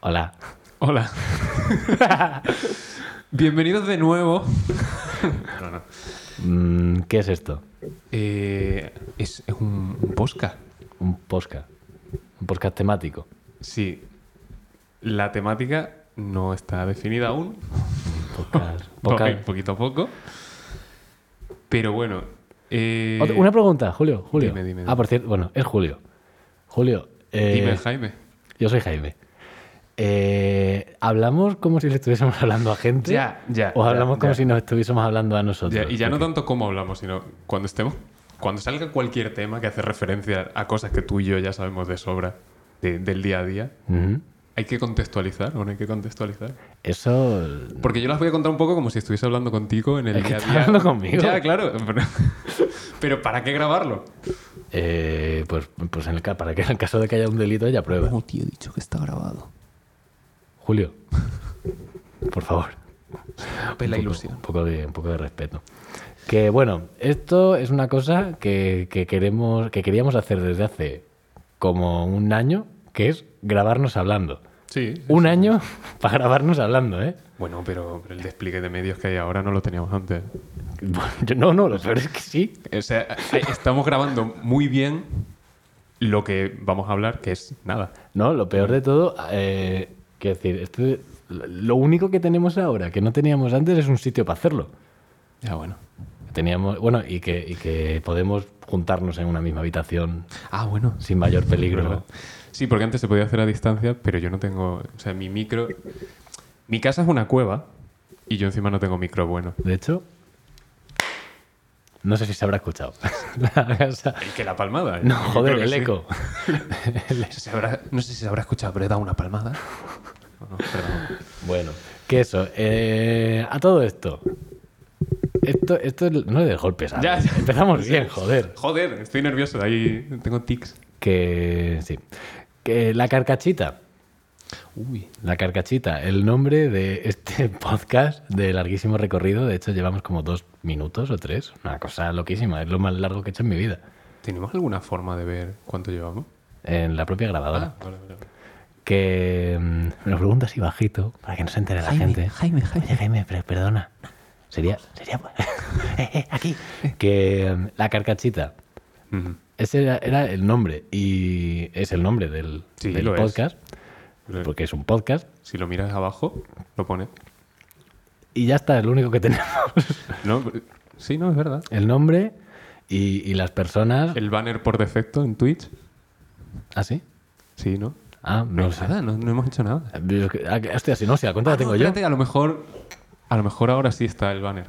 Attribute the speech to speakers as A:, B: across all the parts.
A: Hola.
B: Hola. Bienvenidos de nuevo. no, no.
A: Mm, ¿Qué es esto?
B: Eh, es, es un, un podcast.
A: Un podcast. Un podcast temático.
B: Sí. La temática no está definida aún.
A: Podcast.
B: Ok, pues
A: podcast.
B: poquito a poco. Pero bueno. eh,
A: Otra- Una pregunta, Julio. Julio.
B: Dime, dime,
A: Ah,
B: dime.
A: por cierto, bueno, es Julio. Julio. eh,
B: Dime, Jaime.
A: Yo soy Jaime. Eh, ¿Hablamos como si le estuviésemos hablando a gente?
B: Ya, ya,
A: ¿O
B: ya,
A: hablamos como
B: ya.
A: si nos estuviésemos hablando a
B: Ya,
A: nosotros?
B: y ya no tanto cómo hablamos, sino cuando estemos. Cuando salga cualquier tema que hace referencia a cosas que tú y yo ya sabemos de sobra de- del día a día,
A: Ujú.
B: ¿hay que contextualizar o no hay que contextualizar?
A: Eso.
B: Porque yo las voy a contar un poco como si estuviese hablando contigo en el
A: Es que
B: día a
A: estás
B: día.
A: hablando conmigo.
B: Ya, claro. Pero, pero ¿para qué grabarlo?
A: eh, pues pues en el, ca- para que en el caso de que haya un delito haya prueba.
C: tío, he dicho que está grabado.
A: Julio. Por favor.
C: Pela
A: un poco- Un poco, de, un poco de respeto. Que bueno, esto es una cosa que, que queremos, que queríamos hacer desde hace como un año, que es grabarnos hablando.
B: Sí. sí.
A: Un año para grabarnos hablando, ¿eh?
B: Bueno, pero, pero el despliegue de medios que hay ahora no lo teníamos antes.
A: Yo- No, no, lo peor es que sí.
B: O sea, hay- estamos grabando muy bien lo que vamos a hablar, que es nada.
A: No, lo peor de todo, eh, quiero decir, este- lo único que tenemos ahora, que no teníamos antes, es un sitio para hacerlo.
B: Ya, bueno.
A: Teníamos, bueno, y que, y que podemos juntarnos en una misma habitación
B: Ah, bueno.
A: sin mayor
B: ¿verdad?
A: peligro.
B: Sí, porque antes se podía hacer a distancia, pero yo no tengo. O sea, mi micro. Mi casa es una cueva y yo encima no tengo micro bueno.
A: De hecho, no sé si se habrá escuchado. La casa-
B: Y que la palmada. ¿eh?
A: No,
B: yo
A: joder,
B: creo que
A: el
B: sí.
A: eco.
B: No sé, si habrá, no sé si se habrá escuchado, pero he dado una palmada. No, no, perdón.
A: Bueno, que eso. eh, a todo esto. Esto, esto no es de golpes. ¿sabes?
B: Ya, ya.
A: Empezamos bien, joder.
B: Joder, estoy nervioso. Ahí tengo tics.
A: Que sí. Que la carcachita.
B: Uy.
A: La carcachita, el nombre de este podcast de larguísimo recorrido. De hecho, llevamos como dos minutos o tres. Una cosa loquísima. Es lo más largo que he hecho en mi vida.
B: ¿Tenemos alguna forma de ver cuánto llevamos? Ah,
A: En la propia grabadora.
B: vale, vale.
A: Que mm, me lo pregunto así bajito para que no se entere la gente.
C: Jaime,
A: Oye, Jaime, per- perdona. Sería. sería... Eh, eh, aquí. Que mm, la carcachita.
B: Ujú.
A: Ese era, era el nombre. Y es el nombre del,
B: Sí,
A: del
B: lo es.
A: podcast.
B: Lo-
A: Porque es un podcast.
B: Si lo miras abajo, lo pone.
A: Y ya está, es lo único que tenemos.
B: No, sí, no, es verdad.
A: El nombre y, y las personas.
B: El banner por defecto en Twitch.
A: ¿Ah, sí?
B: Sí, ¿no?
A: Ah, no,
B: No,
A: sé.
B: nada, no, no hemos hecho nada.
A: Yo- que- ah, que- Hostia, si no, si la cuenta la tengo
B: Ah,
A: yo.
B: espérate, A lo mejor. A lo mejor ahora sí está el banner.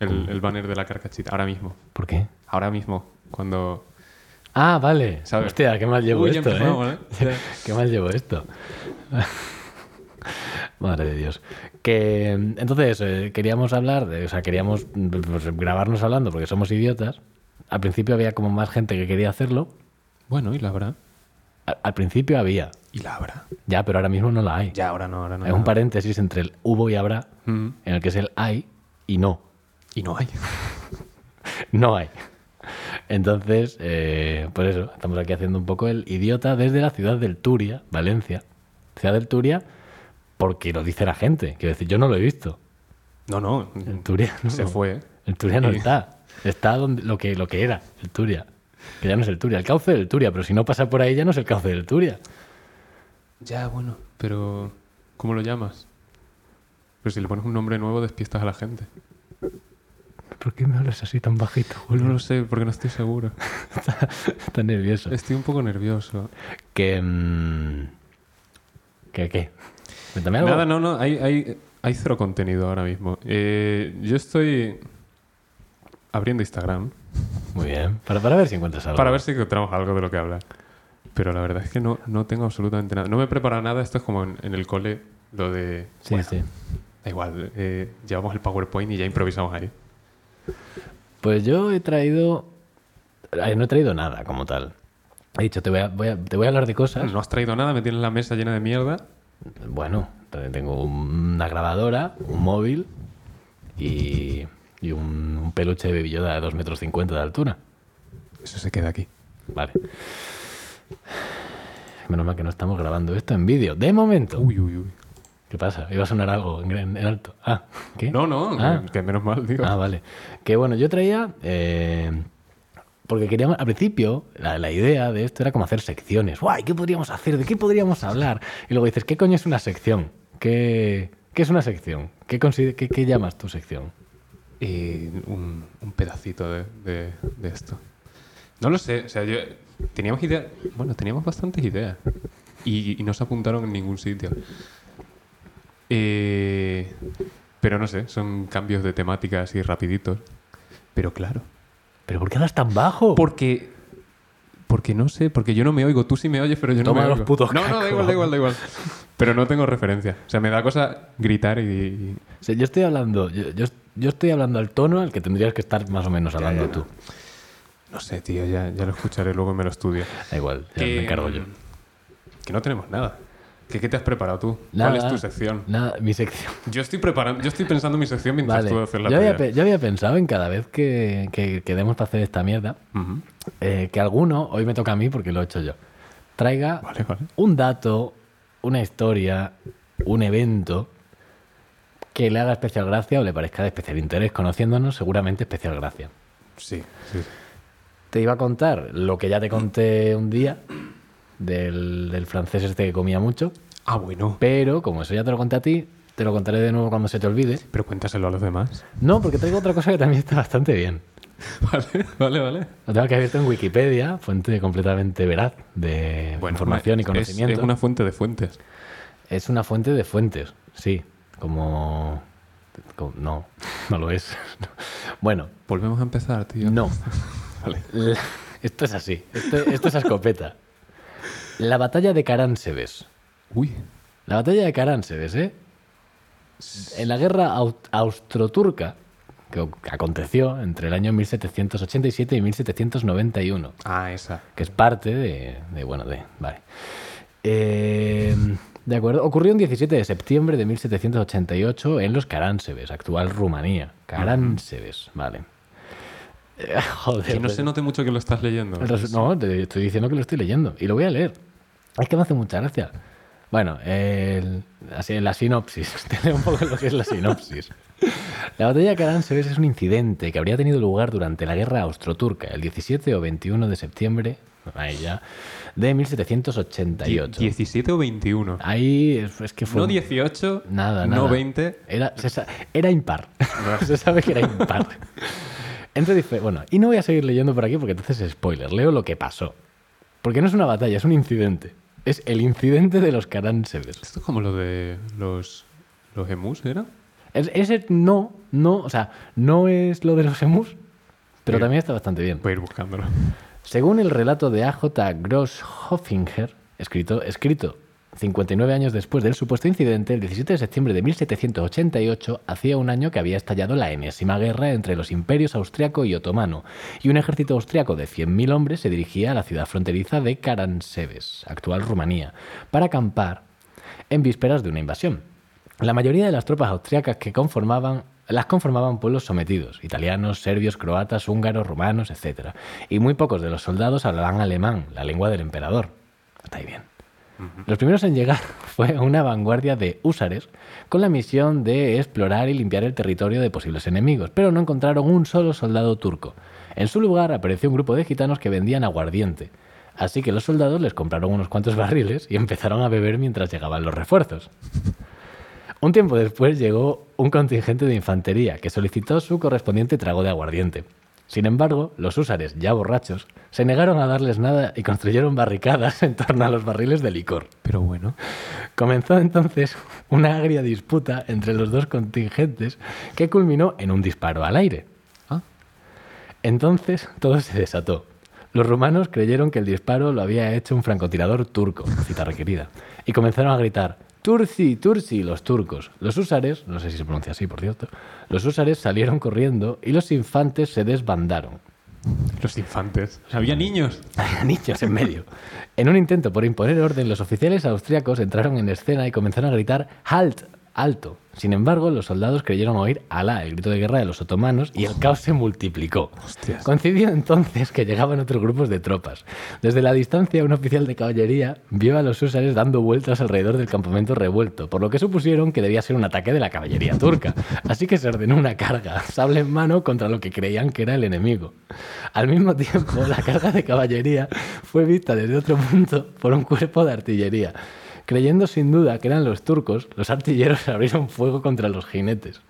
B: El, el banner de la carcachita. Ahora mismo.
A: ¿Por qué?
B: Ahora mismo. Cuando.
A: Ah, vale.
B: ¿Sabes?
A: Hostia, qué mal llevo
B: Uy, ya
A: esto,
B: empezamos,
A: ¿eh?
B: ¿eh?
A: qué mal llevo esto. Madre de Dios. Que mm, entonces eh, queríamos hablar, de- o sea, queríamos mm, pues, grabarnos hablando porque somos idiotas. Al principio había como más gente que quería hacerlo.
B: Bueno, y la habrá.
A: A- Al, principio había,
B: Y la habrá.
A: ya, pero ahora mismo no la hay.
B: Ya, ahora no, ahora no.
A: es un paréntesis entre el hubo y habrá,
B: Mm.
A: en el que es el hay y no.
B: Y no hay.
A: No hay. Entonces, eh, pues eso, estamos aquí haciendo un poco el idiota desde la ciudad del Turia, Valencia. Ciudad del Turia, porque lo dice la gente. Quiero decir, yo no lo he visto.
B: No, no.
A: El Turia no.
B: Se fue, ¿eh?
A: El Turia no está. Está donde, lo, que, lo que era, el Turia. Que ya no es el Turia, el cauce del Turia, pero si no pasa por ahí ya no es el cauce del Turia.
B: Ya, bueno. Pero. ¿Cómo lo llamas? Pero si le pones un nombre nuevo, despistas a la gente.
A: ¿Por qué me hablas así tan bajito,
B: Pues no lo sé, porque no estoy seguro.
A: tan nervioso.
B: Estoy un poco nervioso.
A: Que. mm, ¿Qué? ¿Qué? Cuéntame algo.
B: Nada, no, no, hay, hay, hay cero contenido ahora mismo. Eh, yo estoy abriendo Instagram
A: Muy bien. Para, para ver si encuentras algo.
B: para ver si encontramos algo de lo que hablar. Pero la verdad es que no, no tengo absolutamente nada. No me he preparado nada, esto es como en, en el cole, lo de...
A: Sí,
B: bueno,
A: sí.
B: Da igual, eh, llevamos el PowerPoint y ya improvisamos ahí.
A: Pues yo he traído. eh, No he traído nada como tal. He dicho, te voy a, voy a- te voy a hablar de cosas.
B: No has traído nada, me tienes la mesa llena de mierda.
A: Bueno, también tengo una grabadora, un móvil y, y un, un peluche de Baby Yoda de 2,50 metros de altura.
B: Eso se queda aquí.
A: Vale. Menos mal que no estamos grabando esto en vídeo. De momento.
B: Uy, uy, uy.
A: ¿Qué pasa? Iba a sonar algo en, gran- en alto. Ah, ¿qué?
B: No, no,
A: Ah.
B: que menos mal, digo.
A: Ah, vale. Que bueno, yo traía. eh, porque queríamos. Al principio, la, la idea de esto era como hacer secciones. ¡Guay! ¿Qué podríamos hacer? ¿De qué podríamos hablar? Y luego dices, ¿qué coño es una sección? ¿Qué, qué es una sección? ¿Qué, consider- qué, qué llamas tu sección?
B: Y un, un pedacito de, de- de esto. No lo sé, o sea, yo teníamos ideas, bueno, teníamos bastantes ideas y, y no se apuntaron en ningún sitio. Eh, pero no sé, son cambios de temática así rapiditos. Pero claro,
A: ¿Pero por qué hablas tan bajo?
B: porque porque no sé, porque yo no me oigo, tú sí me oyes, pero yo
A: Toma
B: no me
A: los
B: oigo.
A: putos
B: no, no, da
A: cacos.
B: igual, da igual, da igual. Pero no tengo referencia. O sea, me da cosa gritar y, y-
A: O sea, yo estoy hablando. Yo, yo- yo estoy hablando al tono al que tendrías que estar más o menos hablando
B: ya,
A: tú.
B: no sé, tío, ya, ya lo escucharé luego y me lo estudio.
A: Da igual, ya
B: que,
A: me encargo yo.
B: Que no tenemos nada. ¿Qué, qué te has preparado tú?
A: Nada,
B: ¿Cuál es tu sección?
A: Nada, mi sección.
B: Yo estoy preparando, yo estoy pensando en mi sección mientras
A: Vale.
B: tú haces la
A: Yo había,
B: tuya.
A: pe- yo había pensado en cada vez que, que quedemos para hacer esta mierda,
B: Ujú.
A: eh, que alguno, hoy me toca a mí porque lo he hecho yo, traiga
B: Vale, vale.
A: un dato, una historia, un evento que le haga especial gracia o le parezca de especial interés. Conociéndonos, seguramente especial gracia.
B: Sí, sí.
A: Te iba a contar lo que ya te conté un día del, del francés este que comía mucho,
B: Ah, bueno.
A: pero como eso ya te lo conté a ti, te lo contaré de nuevo cuando se te olvide.
B: Pero cuéntaselo a los demás.
A: No, porque traigo otra cosa que también está bastante bien.
B: Vale, vale, vale.
A: Lo tengo que haber visto en Wikipedia, fuente completamente veraz de información y
B: es-
A: conocimiento.
B: Es, una fuente de fuentes.
A: fuente de fuentes, sí. Como... como- No, no lo es. bueno,
B: Volvemos a empezar, tío.
A: no.
B: Vale.
A: La- Esto es así. Esto, esto es a escopeta. La batalla de Caránsebes.
B: Uy.
A: La batalla de Caránsebes, ¿eh? En la guerra au- austroturca que o- que aconteció entre el año 1787 y 1791.
B: Ah, esa.
A: que es parte de, de, bueno, de, vale. Eh, de acuerdo, ocurrió un 17 de septiembre de 1788 en los Caránsebes, actual Rumanía. Caránsebes, vale. Eh, joder.
B: Que no se note mucho que lo estás leyendo.
A: El resu- No, te estoy diciendo que lo estoy leyendo y lo voy a leer. Es que me hace mucha gracia. Bueno, el- así, la sinopsis. Te leo un poco lo que es la sinopsis. La batalla de Caránsebes es un incidente que habría tenido lugar durante la guerra austroturca, el 17 o 21 de septiembre ahí ya, de
B: Die-
A: 1788.
B: 17 o 21.
A: Ahí es, es que Ah, fue.
B: no
A: un-
B: 18.
A: Nada,
B: no
A: nada.
B: 20.
A: Era, se sa- era impar. se sabe que era impar. Entonces dice, bueno, y no voy a seguir leyendo por aquí porque entonces es spoiler. Leo lo que pasó. Porque no es una batalla, es un incidente. Es el incidente de los Caránsebes.
B: Esto es como lo de los, los emus, ¿era?
A: Es- Ese no, no, o sea, no es lo de los emus, pero
B: Sí.
A: también está bastante bien.
B: Voy a ir buscándolo.
A: Según el relato de A.J. Grosshoffinger, escrito, escrito 59 años después del supuesto incidente, el 17 de septiembre de 1788, hacía un año que había estallado la enésima guerra entre los imperios austriaco y otomano, y un ejército austriaco de 100.000 hombres se dirigía a la ciudad fronteriza de Karansebes, actual Rumanía, para acampar en vísperas de una invasión. La mayoría de las tropas austriacas que conformaban las conformaban pueblos sometidos, italianos, serbios, croatas, húngaros, rumanos, etc. Y muy pocos de los soldados hablaban alemán, la lengua del emperador. Está ahí bien. Los primeros en llegar fue una vanguardia de húsares con la misión de explorar y limpiar el territorio de posibles enemigos, pero no encontraron un solo soldado turco. En su lugar apareció un grupo de gitanos que vendían aguardiente, así que los soldados les compraron unos cuantos barriles y empezaron a beber mientras llegaban los refuerzos. Un tiempo después llegó un contingente de infantería que solicitó su correspondiente trago de aguardiente. Sin embargo, los húsares, ya borrachos, se negaron a darles nada y construyeron barricadas en torno a los barriles de licor.
B: Pero bueno.
A: Comenzó entonces una agria disputa entre los dos contingentes que culminó en un disparo al aire.
B: Ah.
A: Entonces todo se desató. Los rumanos creyeron que el disparo lo había hecho un francotirador turco, cita requerida, y comenzaron a gritar Turci, Turci, los turcos. Los húsares, no sé si se pronuncia así, por cierto, los húsares salieron corriendo y los infantes se desbandaron.
B: Los infantes. O sea, había niños.
A: Había niños en medio. En un intento por imponer orden, los oficiales austríacos entraron en escena y comenzaron a gritar ¡Halt! alto. Sin embargo, los soldados creyeron oír Alá, el grito de guerra de los otomanos, y el caos se multiplicó.
B: Hostias.
A: Coincidió entonces que llegaban otros grupos de tropas. Desde la distancia, un oficial de caballería vio a los húsares dando vueltas alrededor del campamento revuelto, por lo que supusieron que debía ser un ataque de la caballería turca. Así que se ordenó una carga, sable en mano, contra lo que creían que era el enemigo. Al mismo tiempo, la carga de caballería fue vista desde otro punto por un cuerpo de artillería. Creyendo sin duda que eran los turcos, los artilleros abrieron fuego contra los jinetes.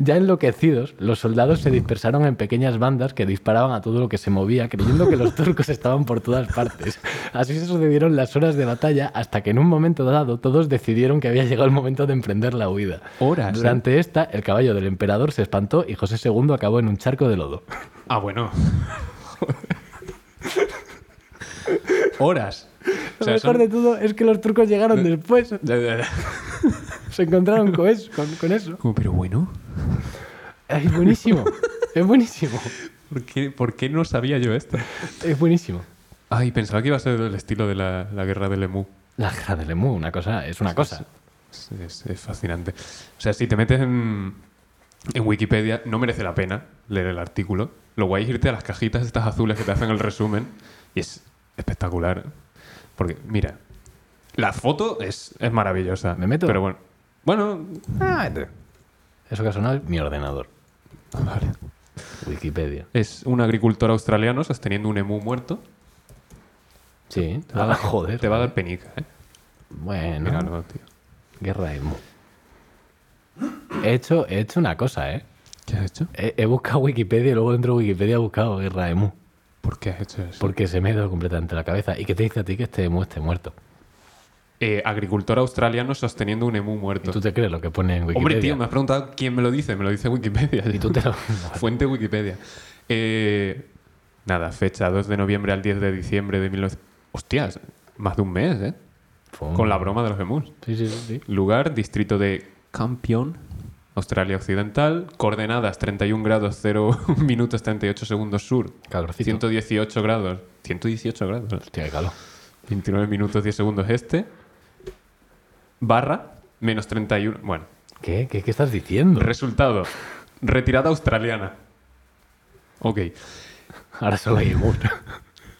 A: Ya enloquecidos, los soldados se dispersaron en pequeñas bandas que disparaban a todo lo que se movía, creyendo que los turcos estaban por todas partes. Así se sucedieron las horas de batalla hasta que en un momento dado todos decidieron que había llegado el momento de emprender la huida.
B: Horas, ¿eh?
A: Durante esta, el caballo del emperador se espantó y José II acabó en un charco de lodo.
B: Ah, bueno. Horas. O sea,
A: lo mejor
B: son-
A: de todo es que los turcos llegaron después,
B: Ya, ya, ya.
A: se encontraron con eso. Con, con eso.
B: Como, pero bueno,
A: Ay, buenísimo, es buenísimo,
B: ¿por qué, por qué no sabía yo esto?
A: es buenísimo.
B: Ay, pensaba que iba a ser del estilo de la, la guerra del Emu.
A: La guerra del Emu, una cosa, es una cosa.
B: Es, es- es fascinante. O sea, si te metes en, en Wikipedia, no merece la pena leer el artículo. Lo guay es irte a las cajitas estas azules que te hacen el resumen. Y es espectacular. ¿eh? Porque, mira, la foto es, es maravillosa.
A: ¿Me meto? Ah,
B: Pero bueno. Bueno.
A: Eso que ha sonado es mi ordenador,
B: Vale.
A: Wikipedia.
B: Es un agricultor australiano sosteniendo un emu muerto.
A: Sí, te va a dar- joder.
B: Ah, Te va a dar penica, ¿eh?
A: Bueno,
B: Míralo, tío.
A: guerra Emu. He hecho, he hecho una cosa, ¿eh?
B: ¿Qué has hecho?
A: He, he buscado Wikipedia y luego dentro de Wikipedia he buscado guerra Emu.
B: ¿Por qué has hecho eso?
A: Porque se me ha ido completamente la cabeza. ¿Y qué te dice a ti que este Emu esté muerto?
B: Eh, agricultor australiano sosteniendo un emu
A: ¿Y
B: muerto.
A: tú te crees lo que pone en Wikipedia?
B: Hombre, tío, me has preguntado quién me lo dice. Me lo dice Wikipedia.
A: Y tú te lo...
B: Fuente Wikipedia. Eh, nada, fecha 2 de noviembre al 10 de diciembre de 19... Hostias, más de un mes, ¿eh?
A: Fum.
B: Con la broma de los emus.
A: Sí, sí, sí. sí.
B: Lugar, distrito de Campion, Australia Occidental. Coordenadas 31 grados 0 minutos 38 segundos sur.
A: Calorcito.
B: 118 grados. 118 grados.
A: Hostia, qué calor.
B: 29 minutos 10 segundos este. Barra, menos 31. Bueno,
A: ¿Qué? ¿Qué, qué estás diciendo?
B: resultado. Retirada australiana. Ok.
A: Ahora solo hay Emu.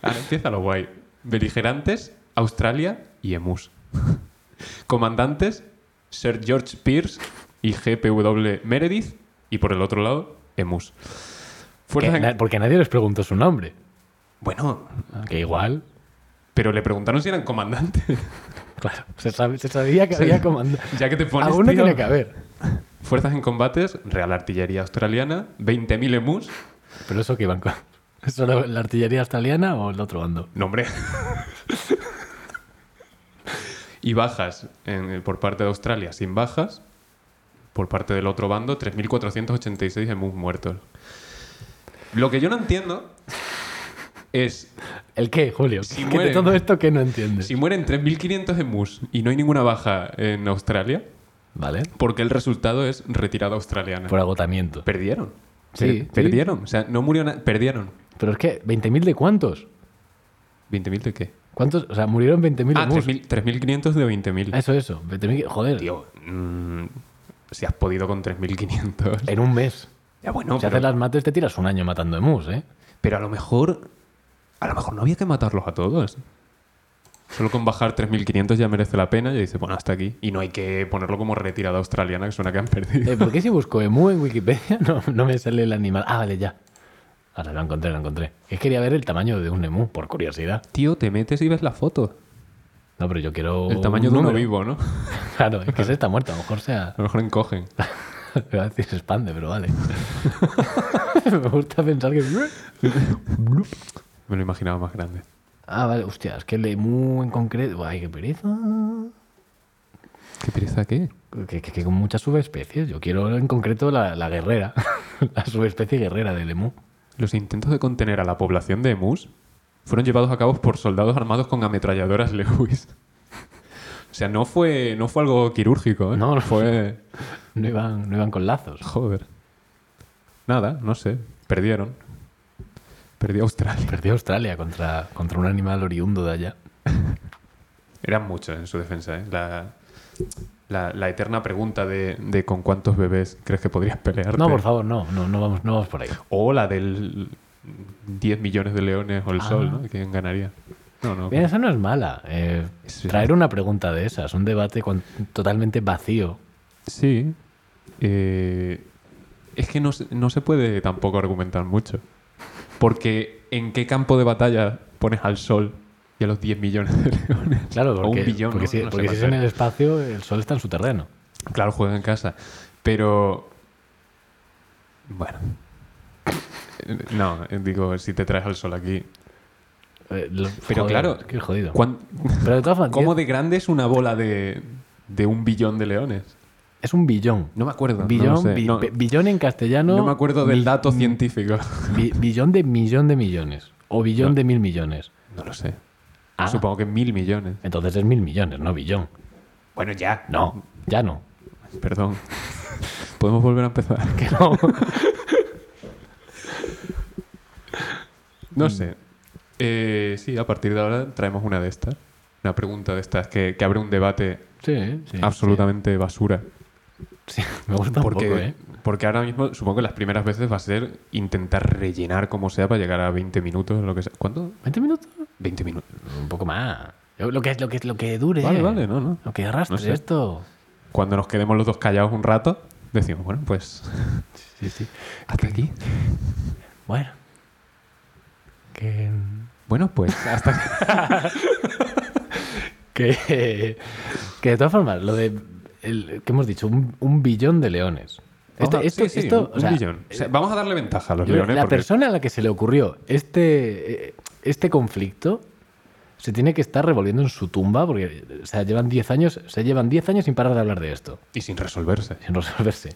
B: Ahora empieza lo guay. Beligerantes, Australia y EMUS. Comandantes, Sir George Pierce y GPW Meredith. Y por el otro lado, EMUS. Fuerza-
A: Que na- Porque nadie les preguntó su nombre.
B: Bueno,
A: Que igual...
B: pero le preguntaron si eran comandantes.
A: Claro, se, sabe- se sabía que
B: Sí.
A: había comandante.
B: ya que te pones.
A: Alguno
B: tío.
A: tiene que haber.
B: Fuerzas en combates, Real Artillería Australiana, 20.000 EMUS.
A: Pero eso que iban con. ¿Solo la artillería australiana o el otro bando?
B: Nombre. y bajas en- eh, por parte de Australia sin bajas. Por parte del otro bando, 3.486 emus muertos. Lo que yo no entiendo es
A: ¿El qué, Julio?
B: Si
A: ¿Qué de
B: mueren.
A: todo esto que no entiendes?
B: si mueren 3.500 emus y no hay ninguna baja en Australia,
A: ¿Vale?
B: ¿por qué el resultado es retirada australiana?
A: Por agotamiento. Pero,
B: Perdieron.
A: Sí,
B: Per- Perdieron. O sea, no murió nadie. Perdieron.
A: es que, ¿20.000 de cuántos?
B: ¿20.000 de qué?
A: ¿Cuántos? O sea, murieron 20.000
B: Ah,
A: emus.
B: 3.000 3.500 de 20.000.
A: Eso, eso. 20.000. Joder.
B: Tío, mm, si has podido con 3.500.
A: En un mes.
B: Eh, Ya bueno,
A: si
B: pero,
A: haces las mates, te tiras un año matando emus, ¿eh?
B: pero a lo mejor. A lo mejor no había que matarlos a todos. Solo con bajar 3.500 ya merece la pena. Ya dice, bueno, hasta aquí. Y no hay que ponerlo como retirada australiana, que suena que han perdido.
A: Eh, ¿Por qué si busco emu en Wikipedia no, no me sale el animal? Ah, vale, ya. Ahora lo encontré, lo encontré. Es que quería ver el tamaño de un emu, por curiosidad.
B: Tío, te metes y ves la foto.
A: No, pero yo quiero.
B: El tamaño
A: un
B: de uno
A: número.
B: vivo, ¿no?
A: Claro, es que ese está muerto. A lo mejor sea.
B: A lo mejor encogen.
A: Iba a decir se expande, pero vale. Me gusta pensar que.
B: Me lo imaginaba más grande.
A: Ah, vale, hostia, es que el emu en concreto. Ay, qué pereza.
B: ¿Qué pereza qué?
A: Que, que- que con muchas subespecies. Yo quiero en concreto la, la guerrera. la subespecie guerrera del emu.
B: Los intentos de contener a la población de Emus fueron llevados a cabo por soldados armados con ametralladoras Lewis. O sea, no fue, no fue algo quirúrgico, ¿eh?
A: No, no.
B: fue.
A: No iban, no iban con lazos.
B: Joder. Nada, no sé. Perdieron. Perdió Australia.
A: Perdió Australia contra, contra un animal oriundo de allá.
B: Eran muchos en su defensa, ¿eh? La, la- la eterna pregunta de, de con cuántos bebés crees que podrías pelearte.
A: No, por favor, no, no, no vamos, no vamos por ahí.
B: O la del 10 millones de leones o el
A: Ah.
B: sol, ¿no? ¿Quién ganaría? No, no.
A: Mira, esa no es mala. eh,
B: Sí.
A: traer una pregunta de esas, un debate con- totalmente vacío.
B: Sí. Eh, es que no, se- no se puede tampoco argumentar mucho. Porque ¿en qué campo de batalla pones al sol y a los 10 millones de leones?
A: Claro,
B: O
A: porque,
B: un billón,
A: porque
B: ¿no?
A: si,
B: No sé
A: porque si es
B: cuánto
A: en
B: era.
A: el espacio, el sol está en su terreno.
B: Claro, juega en casa. Pero. Bueno. No, eh, digo, si te traes al sol aquí.
A: Eh, lo-
B: Pero
A: joder,
B: claro,
A: es que es jodido.
B: ¿cuán-
A: Pero de todas formas,
B: ¿cómo de grande es una bola de, de un billón de leones?
A: es un billón.
B: No me acuerdo.
A: Billón,
B: no, lo sé.
A: bi-
B: No,
A: bi- billón en castellano.
B: no me acuerdo del
A: bi-
B: dato científico.
A: bi- billón de millón de millones. O billón
B: No.
A: de mil millones.
B: No lo sé.
A: Ah.
B: Supongo que mil millones.
A: Entonces es mil millones, no billón.
B: Bueno, ya.
A: No, ya no.
B: Perdón. Podemos volver a empezar.
A: Que no. Mm.
B: No sé. Eh, sí, a partir de ahora traemos una de estas. Una pregunta de estas que, que abre un debate
A: sí, sí.
B: absolutamente basura.
A: sí. Me gusta
B: porque,
A: un poco, ¿eh?
B: porque ahora mismo supongo que las primeras veces va a ser intentar rellenar como sea para llegar a 20 minutos o lo que sea. ¿Cuánto?
A: ¿20 minutos?
B: 20 minutos.
A: Un poco más. Yo- Lo que, lo que, lo que dure. ¿eh?
B: Vale, vale, no, no.
A: Lo que arrastre
B: No sé.
A: esto.
B: Cuando nos quedemos los dos callados un rato, decimos, bueno, pues
A: Sí, sí.
B: hasta aquí.
A: Bueno. Que.
B: Bueno, pues hasta aquí.
A: Que, que de todas formas, lo de. El, que hemos dicho, un, un billón de leones. Esto,
B: Ojalá-
A: esto,
B: sí, sí,
A: esto,
B: un
A: o sea, eh,
B: billón. O sea, vamos a darle ventaja a los
A: yo creo que
B: leones.
A: la
B: porque-
A: persona a la que se le ocurrió este, eh, este conflicto se tiene que estar revolviendo en su tumba porque o sea, llevan 10 años, se llevan 10 años sin parar de hablar de esto,
B: Y sin resolverse.
A: sin resolverse.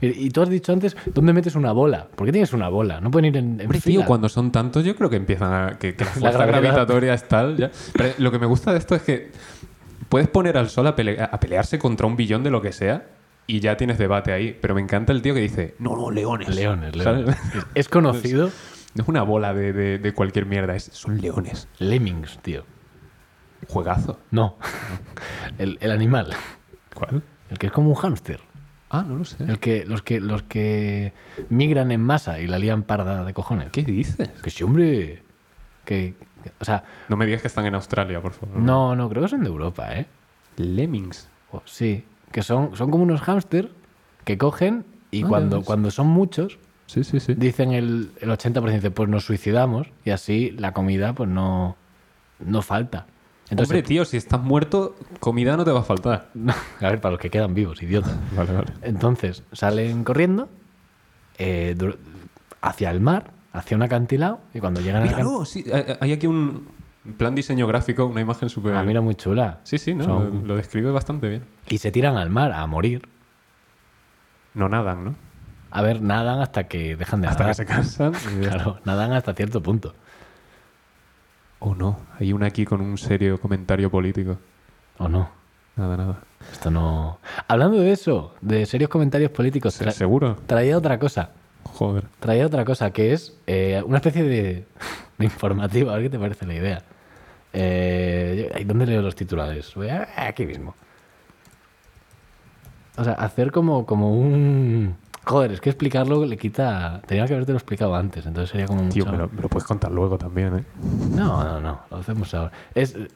A: Y, y tú has dicho antes, ¿dónde metes una bola? ¿Por qué tienes una bola? No pueden ir en, en
B: Hombre, tío,
A: fila.
B: cuando son tantos, yo creo que empiezan a. que, que la fuerza
A: gravedad.
B: gravitatoria es tal. ya. Pero lo que me gusta de esto es que puedes poner al sol a, pele- a pelearse contra un billón de lo que sea y ya tienes debate ahí. Pero me encanta el tío que dice: No, no, leones.
A: Leones,
B: ¿Sabes?
A: leones. Es- Es conocido
B: No es una bola de, de- de cualquier mierda, es, son leones.
A: Lemmings, tío.
B: Juegazo.
A: No. El, el animal.
B: ¿Cuál?
A: El que es como un hámster.
B: Ah, no lo sé.
A: El que, los, que, los que migran en masa y la lían parda de cojones.
B: ¿Qué dices?
A: Que sí, hombre. Que, que- o sea,
B: No me digas que están en Australia, por favor.
A: no, no, creo que son de Europa, ¿eh?
B: Lemmings.
A: O- sí, que son, son como unos hámster que cogen y
B: Ah, ya
A: cuando,
B: ves.
A: cuando son muchos,
B: Sí, sí, sí.
A: dicen el, el 80%, dice, pues nos suicidamos y así la comida pues no, no falta. Entonces,
B: Hombre, tío, si estás muerto, comida no te va a faltar.
A: a ver, para los que quedan vivos, idiota.
B: Vale, vale.
A: Entonces salen corriendo eh, dur- hacia el mar, hacia un acantilado, y cuando llegan al acantilado.
B: Míralo, sí, hay- hay aquí un plan diseño gráfico, una imagen súper...
A: Ah, mira, muy chula.
B: Sí, sí, ¿no?
A: Son-
B: Lo, lo describe bastante bien.
A: Y se tiran al mar a morir.
B: No nadan, ¿no? Ah.
A: A ver, nadan hasta que dejan de
B: Hasta que
A: nadar.
B: se cansan. y ya.
A: Claro, nadan hasta cierto punto.
B: O no, hay una aquí con un serio comentario político.
A: ¿O no?
B: Nada, nada.
A: Esto no. Hablando de eso, de serios comentarios políticos,
B: ¿Se-
A: tra-
B: ¿Seguro?
A: traía otra cosa.
B: Joder.
A: Traía otra cosa que es eh, una especie de, de informativo. A ver qué te parece la idea. Eh, yo- ay, ¿Dónde leo los titulares? Voy a- Aquí mismo. O sea, hacer como, como un. Joder, es que explicarlo le quita. Tenía que haberte lo explicado antes, entonces sería como
B: Tío,
A: mucho-
B: me lo, me lo puedes contar luego también, ¿eh?
A: No, no, no, lo hacemos ahora. Es eh,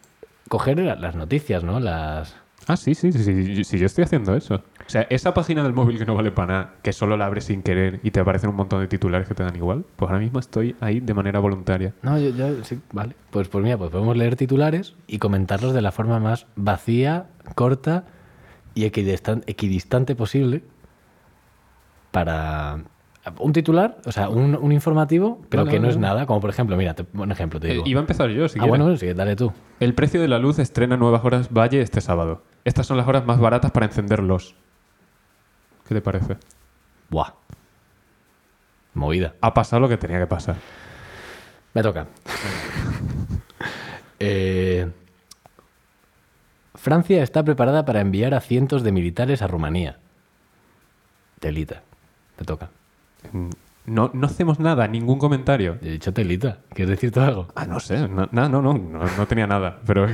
A: coger la- las noticias, ¿no? Las.
B: Ah, sí, sí, sí, sí, sí, yo estoy haciendo eso. O sea, esa página del móvil que no vale para nada, que solo la abres sin querer y te aparecen un montón de titulares que te dan igual, pues ahora mismo estoy ahí de manera voluntaria.
A: No, yo, yo- sí, vale. Pues, pues mira, pues podemos leer titulares y comentarlos de la forma más vacía, corta y equidistan- equidistante posible para un titular, o sea, un, un informativo, pero
B: Vale,
A: que no
B: vale,
A: es
B: vale.
A: nada, como por ejemplo, mira, te, un ejemplo te
B: Eh,
A: digo.
B: iba a empezar yo, si
A: ah,
B: quieres.
A: bueno, sí, dale tú.
B: El precio de la luz estrena nuevas horas Valle este sábado. Estas son las horas más baratas para encenderlos. ¿Qué te parece?
A: Buah. Movida.
B: Ha pasado lo que tenía que pasar.
A: Me toca. Eh, Francia está preparada para enviar a cientos de militares a Rumanía. Telita. Te toca.
B: Mm, No, no hacemos nada, ningún comentario.
A: He dicho telita. ¿Quieres decirte algo?
B: Ah, no sé, no, na- no, no, no, no tenía nada, pero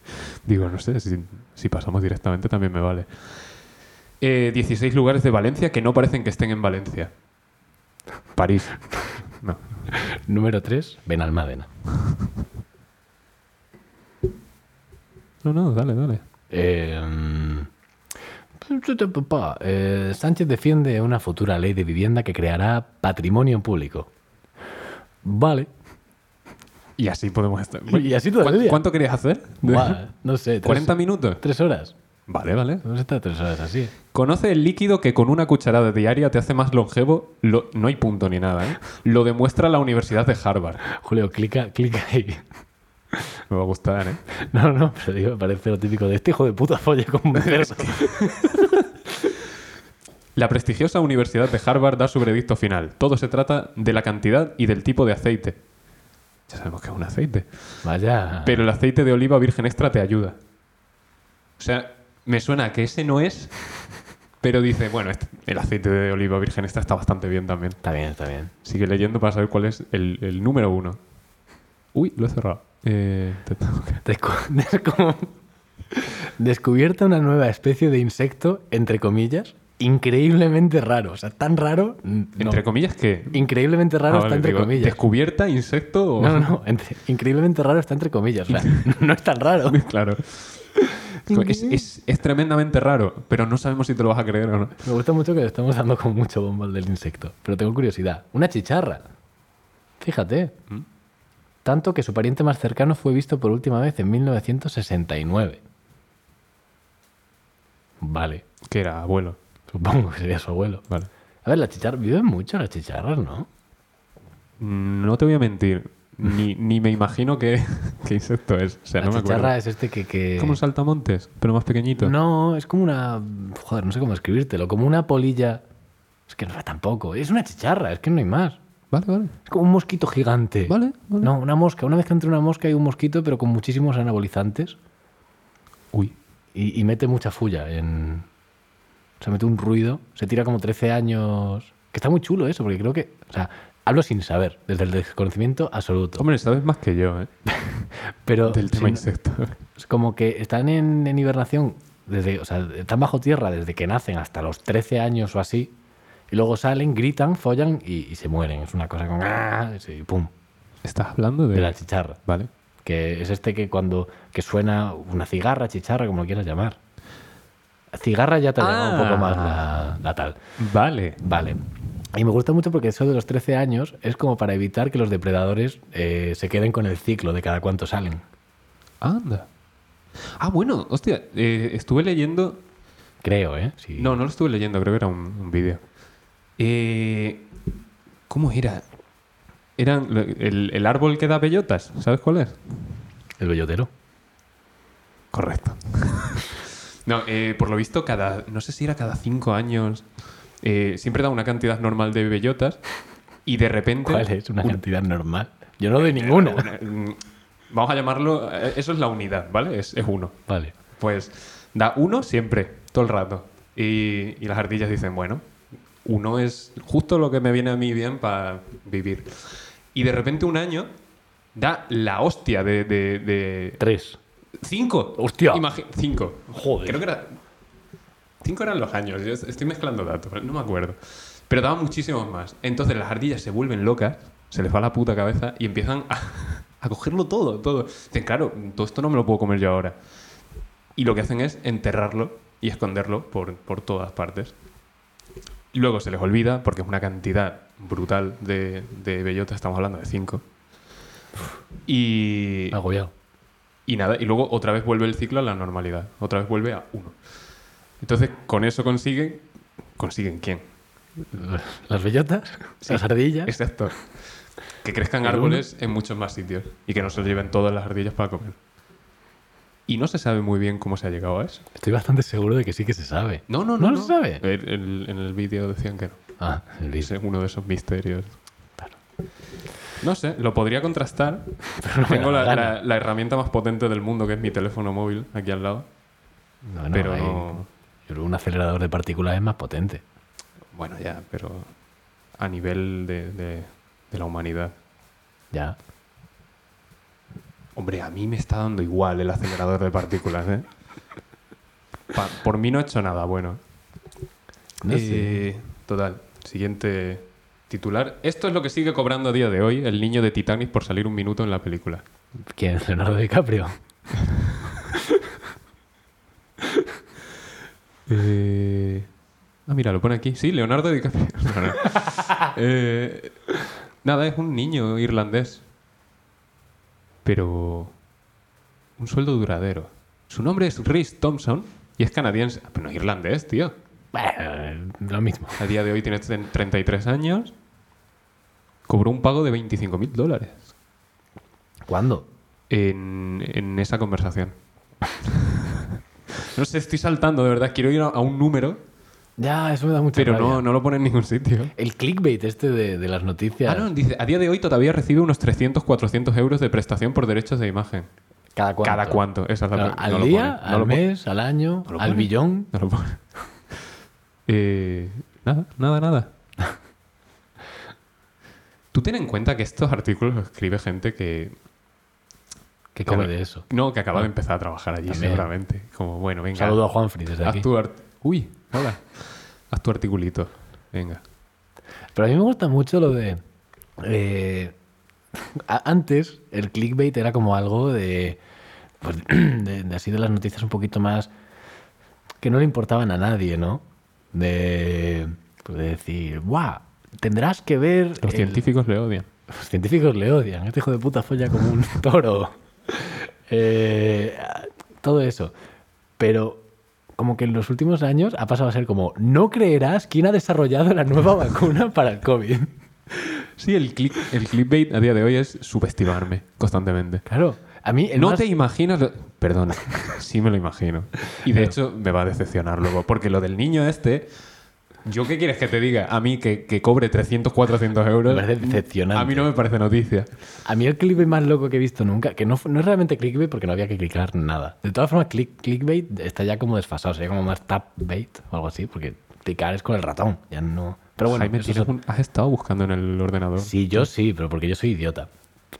B: digo, no sé, si, si pasamos directamente también me vale. Eh, 16 lugares de Valencia que no parecen que estén en Valencia. París. No.
A: Número 3, Benalmádena.
B: No, no, dale, dale.
A: Eh, papá, eh, Sánchez defiende una futura ley de vivienda que creará patrimonio público. Vale.
B: Y así podemos estar.
A: Y así todo el
B: ¿Cuán-
A: día.
B: ¿Cuánto querías hacer?
A: Buah, no sé. Tres,
B: ¿40 minutos?
A: tres horas.
B: Vale, vale.
A: Vamos a estar tres horas así.
B: Conoce el líquido que con una cucharada diaria te hace más longevo. Lo- no hay punto ni nada, ¿eh? Lo demuestra la Universidad de Harvard.
A: Julio, clica, clica ahí.
B: Me va a gustar, ¿eh?
A: No, no, pero digo, me parece lo típico de este hijo de puta folla con un cerdo.
B: La prestigiosa Universidad de Harvard da su veredicto final. Todo se trata de la cantidad y del tipo de aceite. Ya sabemos que es un aceite.
A: Vaya.
B: Pero el aceite de oliva virgen extra te ayuda. O sea, me suena a que ese no es, pero dice, bueno, este- el aceite de oliva virgen extra está bastante bien también.
A: Está bien, está bien.
B: Sigue leyendo para saber cuál es el, el número uno. Uy, lo he cerrado. Eh, te tengo que-
A: Descu- descu- Descubierta una nueva especie de insecto, entre comillas, increíblemente raro. O sea, tan raro. n- no.
B: Entre comillas, ¿qué?
A: Increíblemente
B: Ah,
A: raro
B: vale,
A: está entre
B: digo,
A: comillas.
B: ¿Descubierta, insecto o...?
A: No, no, no. entre- increíblemente raro está entre comillas. O sea, no es tan raro.
B: claro. Es, es- es tremendamente raro, pero no sabemos si te lo vas a creer o no.
A: Me gusta mucho que le estamos dando con mucho bombo al del insecto. Pero tengo curiosidad. Una chicharra. Fíjate.
B: ¿Mm?
A: Tanto que su pariente más cercano fue visto por última vez en 1969. Vale.
B: Que era abuelo.
A: Supongo que sería su abuelo.
B: Vale.
A: A ver, las chicharras. Viven mucho las chicharras, ¿no?
B: No te voy a mentir. Ni, ni me imagino qué, qué insecto es. O sea,
A: la
B: no me acuerdo.
A: chicharra es este que. que-
B: Es como un saltamontes, pero más pequeñito.
A: No, es como una. Joder, no sé cómo escribírtelo. Como una polilla. Es que no era tampoco. Es una chicharra, es que no hay más.
B: Vale, vale.
A: Es como un mosquito gigante.
B: Vale, vale.
A: No, una mosca. Una mezcla entre una mosca y un mosquito, pero con muchísimos anabolizantes.
B: Uy.
A: Y, y mete mucha fulla en. Se mete un ruido. Se tira como 13 años. Que está muy chulo eso, porque creo que. O sea, hablo sin saber, desde el desconocimiento absoluto.
B: Hombre, sabes más que yo, ¿eh?
A: pero
B: Del tema
A: sin-
B: insecto.
A: es como que están en, en hibernación, desde, o sea, están bajo tierra desde que nacen hasta los 13 años o así, y luego salen, gritan, follan y, y se mueren. Es una cosa con... ¡ah! y pum,
B: Estás hablando de...
A: de la chicharra.
B: Vale.
A: Que es este que cuando que suena una cigarra, chicharra, como lo quieras llamar. Cigarra ya te ha llamado un poco más la,
B: Ah.
A: la tal.
B: Vale.
A: Vale. Y me gusta mucho porque eso de los 13 años es como para evitar que los depredadores eh, se queden con el ciclo de cada cuánto salen.
B: Anda. Ah, bueno, hostia, eh, estuve leyendo.
A: Creo, ¿eh? Sí.
B: No, no lo estuve leyendo, creo que era un, un vídeo. Eh, ¿Cómo era? Eran lo- el, el árbol que da bellotas, ¿sabes cuál es?
A: El bellotero.
B: Correcto. no, eh, por lo visto, cada. No sé si era cada cinco años. eh, siempre da una cantidad normal de bellotas. Y de repente.
A: ¿Cuál es una cantidad normal? Yo no
B: Eh,
A: doy ninguna.
B: Mm, Vamos a llamarlo. eh, Eso es la unidad, ¿vale? Es, es uno.
A: Vale.
B: Pues da uno siempre, todo el rato. Y, y las ardillas dicen, bueno, uno es justo lo que me viene a mí bien para vivir. Y de repente un año da la hostia de... de- de-
A: Tres.
B: ¡Cinco!
A: Hostia.
B: Imagi- cinco.
A: Joder.
B: Creo que era... Cinco eran los años, yo es- estoy mezclando datos, no me acuerdo. Pero daba muchísimos más. Entonces las ardillas se vuelven locas, se les va la puta cabeza y empiezan a, a cogerlo todo, todo. Dicen, claro, todo esto no me lo puedo comer yo ahora. Y lo que hacen es enterrarlo y esconderlo por, por todas partes. Luego se les olvida, porque es una cantidad brutal de, de bellotas, estamos hablando de cinco. Y,
A: Agobiado.
B: y nada, y luego otra vez vuelve el ciclo a la normalidad, otra vez vuelve a uno. Entonces, con eso consiguen... ¿Consiguen quién?
A: Las bellotas, las ardillas.
B: Exacto. Este Que crezcan
A: El uno.
B: árboles en muchos más sitios y que no se lleven todas las ardillas para comer. Y no se sabe muy bien cómo se ha llegado a eso.
A: Estoy bastante seguro de que sí que se sabe.
B: No, no, no.
A: ¿No lo sabe?
B: El- el- en el vídeo decían que no.
A: Ah, el
B: Ese
A: vídeo.
B: Es uno de esos misterios. No sé, lo podría contrastar.
A: Pero no me
B: Tengo
A: da
B: la,
A: la
B: la- la herramienta más potente del mundo, que es mi teléfono móvil, aquí al lado.
A: No, no,
B: pero
A: hay-
B: no-
A: yo creo que un acelerador de partículas es más potente.
B: Bueno, ya, pero a nivel de, de- de la humanidad.
A: Ya.
B: Hombre, a mí me está dando igual el acelerador de partículas, ¿eh? Pa- por mí no he hecho nada bueno.
A: No sé.
B: Eh, Total, siguiente titular. Esto es lo que sigue cobrando a día de hoy el niño de Titanic por salir un minuto en la película.
A: ¿Quién? Leonardo DiCaprio.
B: Eh, Ah, mira, lo pone aquí. Sí, Leonardo DiCaprio. No, no. Eh, nada, es un niño irlandés. Pero... Un sueldo duradero. Su nombre es Rhys Thompson y es canadiense. Ah, Pero no es irlandés, tío.
A: Bueno, lo mismo.
B: A día de hoy tiene 33 años. Cobró un pago de 25 mil dólares
A: ¿Cuándo?
B: en, en esa conversación. no sé, estoy saltando, de verdad. Quiero ir a, a un número,
A: Ya, eso me da mucha
B: pero
A: rabia.
B: no, no lo pone en ningún sitio.
A: El clickbait este de, de las noticias.
B: Ah, no, dice, a día de hoy todavía recibe unos 300, 400 euros de prestación por derechos de imagen.
A: ¿Cada cuánto?
B: ¿Cada cuánto? Esa es la
A: Claro,
B: pre-
A: ¿Al
B: no lo
A: día?
B: pone, no
A: ¿Al
B: lo pone.
A: mes? ¿Al año?
B: No lo
A: ¿Al
B: pone.
A: billón?
B: No lo pone. Eh, nada, nada, nada. Tú ten en cuenta que estos artículos los escribe gente que...
A: ¿Qué come
B: Claro.
A: de eso? Ah,
B: No, que acaba de empezar a trabajar allí,
A: También.
B: seguramente. Como, bueno, venga.
A: Saludo a Juanfri desde aquí.
B: Haz tu art- Uy, hola. Haz tu articulito. Venga.
A: Pero a mí me gusta mucho lo de. eh, a- antes, el clickbait era como algo de, pues, de- de Así de las noticias un poquito más. que no le importaban a nadie, ¿no? De. pues, de decir, ¡guau! Tendrás que ver.
B: Los
A: el-
B: científicos le odian.
A: Los científicos le odian. Este hijo de puta folla como un toro. Eh, todo eso. Pero como que en los últimos años ha pasado a ser como, no creerás quién ha desarrollado la nueva vacuna para el COVID.
B: Sí, el, click, el clickbait a día de hoy es subestimarme constantemente.
A: Claro. A mí, el
B: No
A: más-
B: te imaginas... lo- Perdona, sí me lo imagino. Y de hecho me va a decepcionar luego, porque lo del niño este... ¿Yo qué quieres que te diga? A mí que, que cobre 300, 400 euros...
A: Me parece decepcionante.
B: A mí no me parece noticia.
A: a mí el clickbait más loco que he visto nunca, que no, fu- no es realmente clickbait porque no había que clicar nada. De todas formas, click, clickbait está ya como desfasado, sería como más tapbait o algo así, porque clicar es con el ratón, ya no... Pero bueno,
B: Jaime,
A: eso es
B: tienes un- has estado buscando en el ordenador. Sí,
A: Sí, yo sí, pero porque yo soy idiota.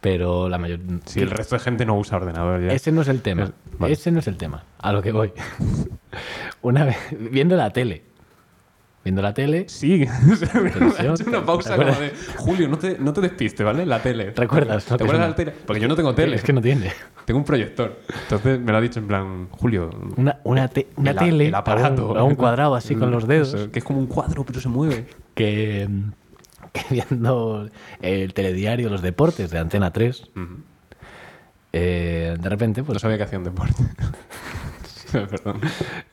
A: Pero la mayor...
B: el resto de gente no usa ordenador ya.
A: Ese no es el tema.
B: Es- vale.
A: Ese no es el tema. A lo que voy. Una vez, viendo la tele. Viendo la tele.
B: Sí,
A: Televisión,
B: ha hecho
A: ¿te
B: una pausa como
A: acuerdas?
B: de Julio, no te, no te despiste, ¿vale? La tele.
A: ¿Recuerdas?
B: ¿Te acuerdas de la tele? Porque yo no tengo tele,
A: Es que no tiene.
B: tengo un proyector. Entonces me lo ha dicho en plan, Julio.
A: Una, una, te- una
B: el a-
A: tele.
B: el aparato.
A: A un, a un cuadrado así con los dedos.
B: Mm, eso, que es como un cuadro, pero se mueve.
A: Que, mm, que viendo el telediario Los Deportes de Antena 3. eh, de repente,
B: No
A: pues
B: sabía que hacían deporte. Perdón.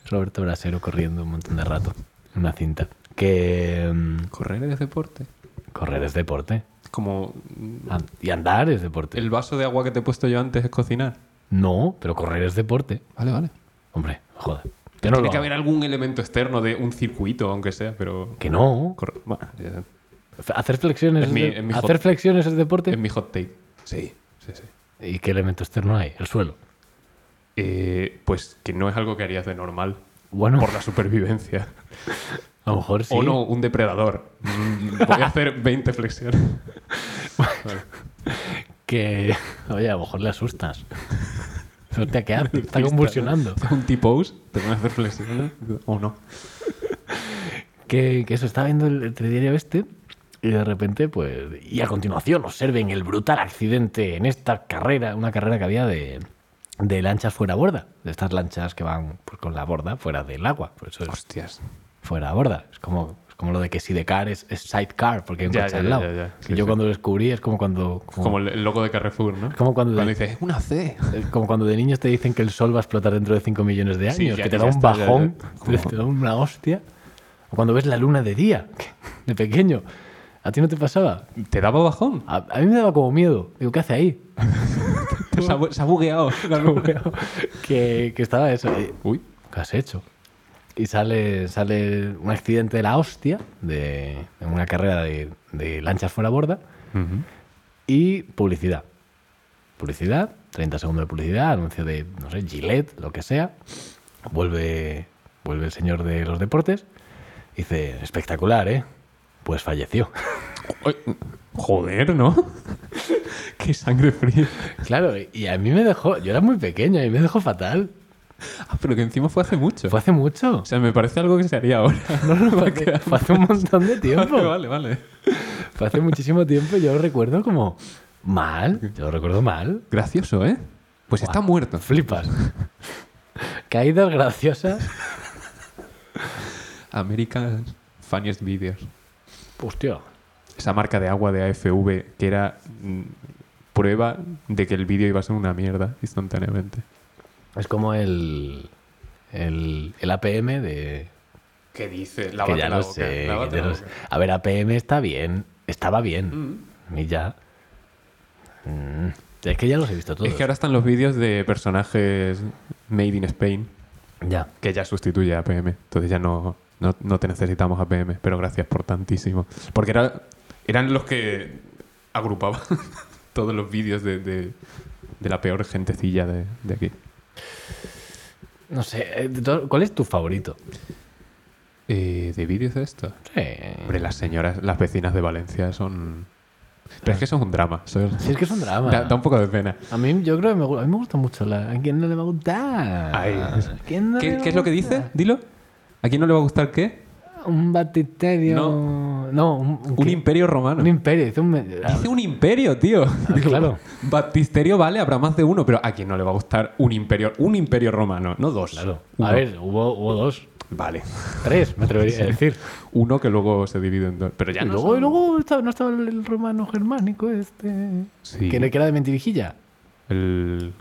A: Roberto Brasero corriendo un montón de rato. en Una cinta. Que. mm,
B: Correr es deporte.
A: Correr es deporte.
B: Como
A: An- Y andar es deporte.
B: el vaso de agua que te he puesto yo antes es cocinar.
A: No, pero correr es deporte.
B: Vale, vale.
A: Hombre, joder. Yo no
B: Tiene
A: lo
B: que
A: hago.
B: haber algún elemento externo de un circuito, aunque sea, pero.
A: Que no.
B: Corre- Bueno, ya-
A: F- Hacer flexiones
B: Es
A: es,
B: mi-
A: de-
B: es mi
A: hacer
B: hot-
A: flexiones es deporte.
B: es mi hot take. Sí, sí, sí.
A: ¿Y qué elemento externo hay? El suelo.
B: Eh, pues que no es algo que harías de normal
A: Bueno,
B: por la supervivencia.
A: a lo mejor sí.
B: O no, un depredador. Mm, Voy a hacer 20 flexiones.
A: Que, oye, a lo mejor le asustas. Suerte a que hace, está convulsionando.
B: Haces un T-pose, te van a hacer flexiones o no.
A: Que, que eso, estaba viendo el, el telediario este y de repente, pues... Y a continuación observen el brutal accidente en esta carrera, una carrera que había de, de lanchas fuera a borda. De estas lanchas que van pues, con la borda fuera del agua. Por eso es
B: Hostias.
A: fuera a borda. Es como, es como lo de que si de car es, es sidecar, porque hay un
B: Ya,
A: coche
B: ya,
A: al
B: ya,
A: lado.
B: ya, ya.
A: Y
B: Sí,
A: yo
B: sí.
A: cuando lo descubrí es como cuando. Como,
B: Como el, el logo de Carrefour, ¿no?
A: es como cuando,
B: Cuando
A: de,
B: dices, es
C: Una C.
A: es como cuando de niños te dicen que el sol va a explotar dentro de 5 millones de años,
B: Sí, ya,
A: que te
B: ya
A: da un
B: está, ya, ya.
A: bajón,
B: Como-
A: te da una hostia. O cuando ves la luna de día, que- de pequeño. ¿A ti no te pasaba?
B: una- ¿Te daba bajón?
A: A, a mí me daba como miedo. Digo, ¿qué hace ahí?
B: Se ha, bu- se ha bugueado.
A: que, que estaba eso. eh,
B: Uy.
A: ¿Qué has hecho? Y sale, sale un accidente de la hostia de, en una carrera de, de lanchas fuera a borda y publicidad. Publicidad, 30 segundos de publicidad, anuncio de, no sé, Gillette, lo que sea. Vuelve, vuelve el señor de los deportes. Dice, espectacular, ¿eh? pues falleció.
B: Ay, Joder, ¿no? Qué sangre fría.
A: Claro, y a mí me dejó, yo era muy pequeño y me dejó fatal.
B: Ah, pero que encima fue hace mucho.
A: Fue hace mucho.
B: O sea, me parece algo que se haría ahora.
A: No, no, fue, hace, fue hace un montón de tiempo.
B: Vale, vale, vale.
A: Fue hace muchísimo tiempo y yo lo recuerdo como mal. Yo lo recuerdo mal.
B: Gracioso, ¿eh? Pues está muerto.
A: Flipas. Caídas graciosas.
B: American Funniest Videos.
A: Hostia.
B: Esa marca de agua de AFV que era mm, prueba de que el vídeo iba a ser una mierda instantáneamente.
A: Es como el, el, el APM de...
B: ¿Qué dices?
A: que ya lo sé. que ya lo sé. A ver, APM está bien. Estaba bien.
B: Mm.
A: Y ya... Mm. Es que ya los he visto todos.
B: Es que ahora están los vídeos de personajes made in Spain
A: Ya.
B: que ya sustituye a APM. Entonces ya no, no, no te necesitamos APM, pero gracias por tantísimo. Porque era, eran los que agrupaban todos los vídeos de, de- de la peor gentecilla de, de aquí.
A: No sé. eh, de todo- ¿Cuál es tu favorito?
B: Eh, ¿De vídeos de esto?
A: Sí.
B: Hombre, las señoras, las vecinas de Valencia son... Pero es que eso es un drama. eso es-
A: Si es que es un drama.
B: Da, da un poco de pena.
A: A mí yo creo que me, gu- a mí me gusta mucho la... ¿A quién no le va a gustar?
B: Ay.
A: ¿A quién no le
B: ¿Qué,
A: va
B: qué es
A: a
B: lo que
A: gustar?
B: dice? Dilo. ¿A quién no le va a gustar qué?
A: Un batisterio... No. un,
B: Un
A: ¿qué?
B: imperio romano.
A: Un imperio. Dice un... ah,
B: Dice un imperio, tío. Digo,
A: claro.
B: Baptisterio vale, habrá más de uno, pero ¿a quién no le va a gustar un imperio? Un imperio romano, no dos.
A: Claro.
B: Uno.
A: A ver, hubo, hubo dos.
B: Vale.
A: Tres, me atrevería a decir.
B: Uno que luego se divide en dos. Pero ya
A: Y
B: no.
A: luego,
B: son-
A: y luego estaba- no estaba el romano germánico este.
B: Sí.
A: Que, no- que era de mentirijilla.
B: El.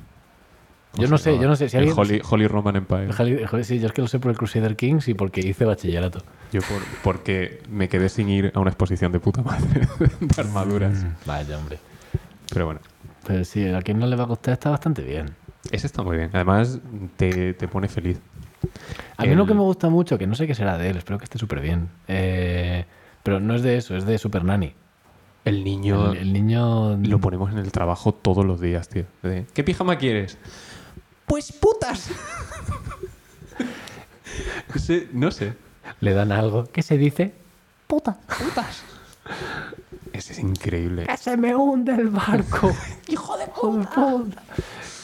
A: Yo no sé, yo no sé. Si
B: el
A: alguien.
B: Holy, Holy Roman Empire.
A: El Jali- el Jali- sí, yo es que lo sé por el Crusader Kings y porque hice bachillerato.
B: Yo por- porque me quedé sin ir a una exposición de puta madre de armaduras.
A: Vaya, hombre.
B: Pero bueno.
A: Pero sí, a quien no le va a costar está bastante bien.
B: Ese está muy bien. Además, te, te pone feliz.
A: A mí lo que
B: El-
A: me gusta mucho, que no sé qué será de él, espero que esté súper bien. eh, pero no es de eso, es de Super Nanny.
B: El niño.
A: el, el niño.
B: Lo ponemos en el trabajo todos los días, tío. De, ¿Qué pijama quieres? Pues putas. Ese- no sé.
A: Le dan algo. ¿Qué se dice? Puta.
B: Putas. Ese es increíble.
A: ¡Que se me hunde el barco! ¡Hijo de puta!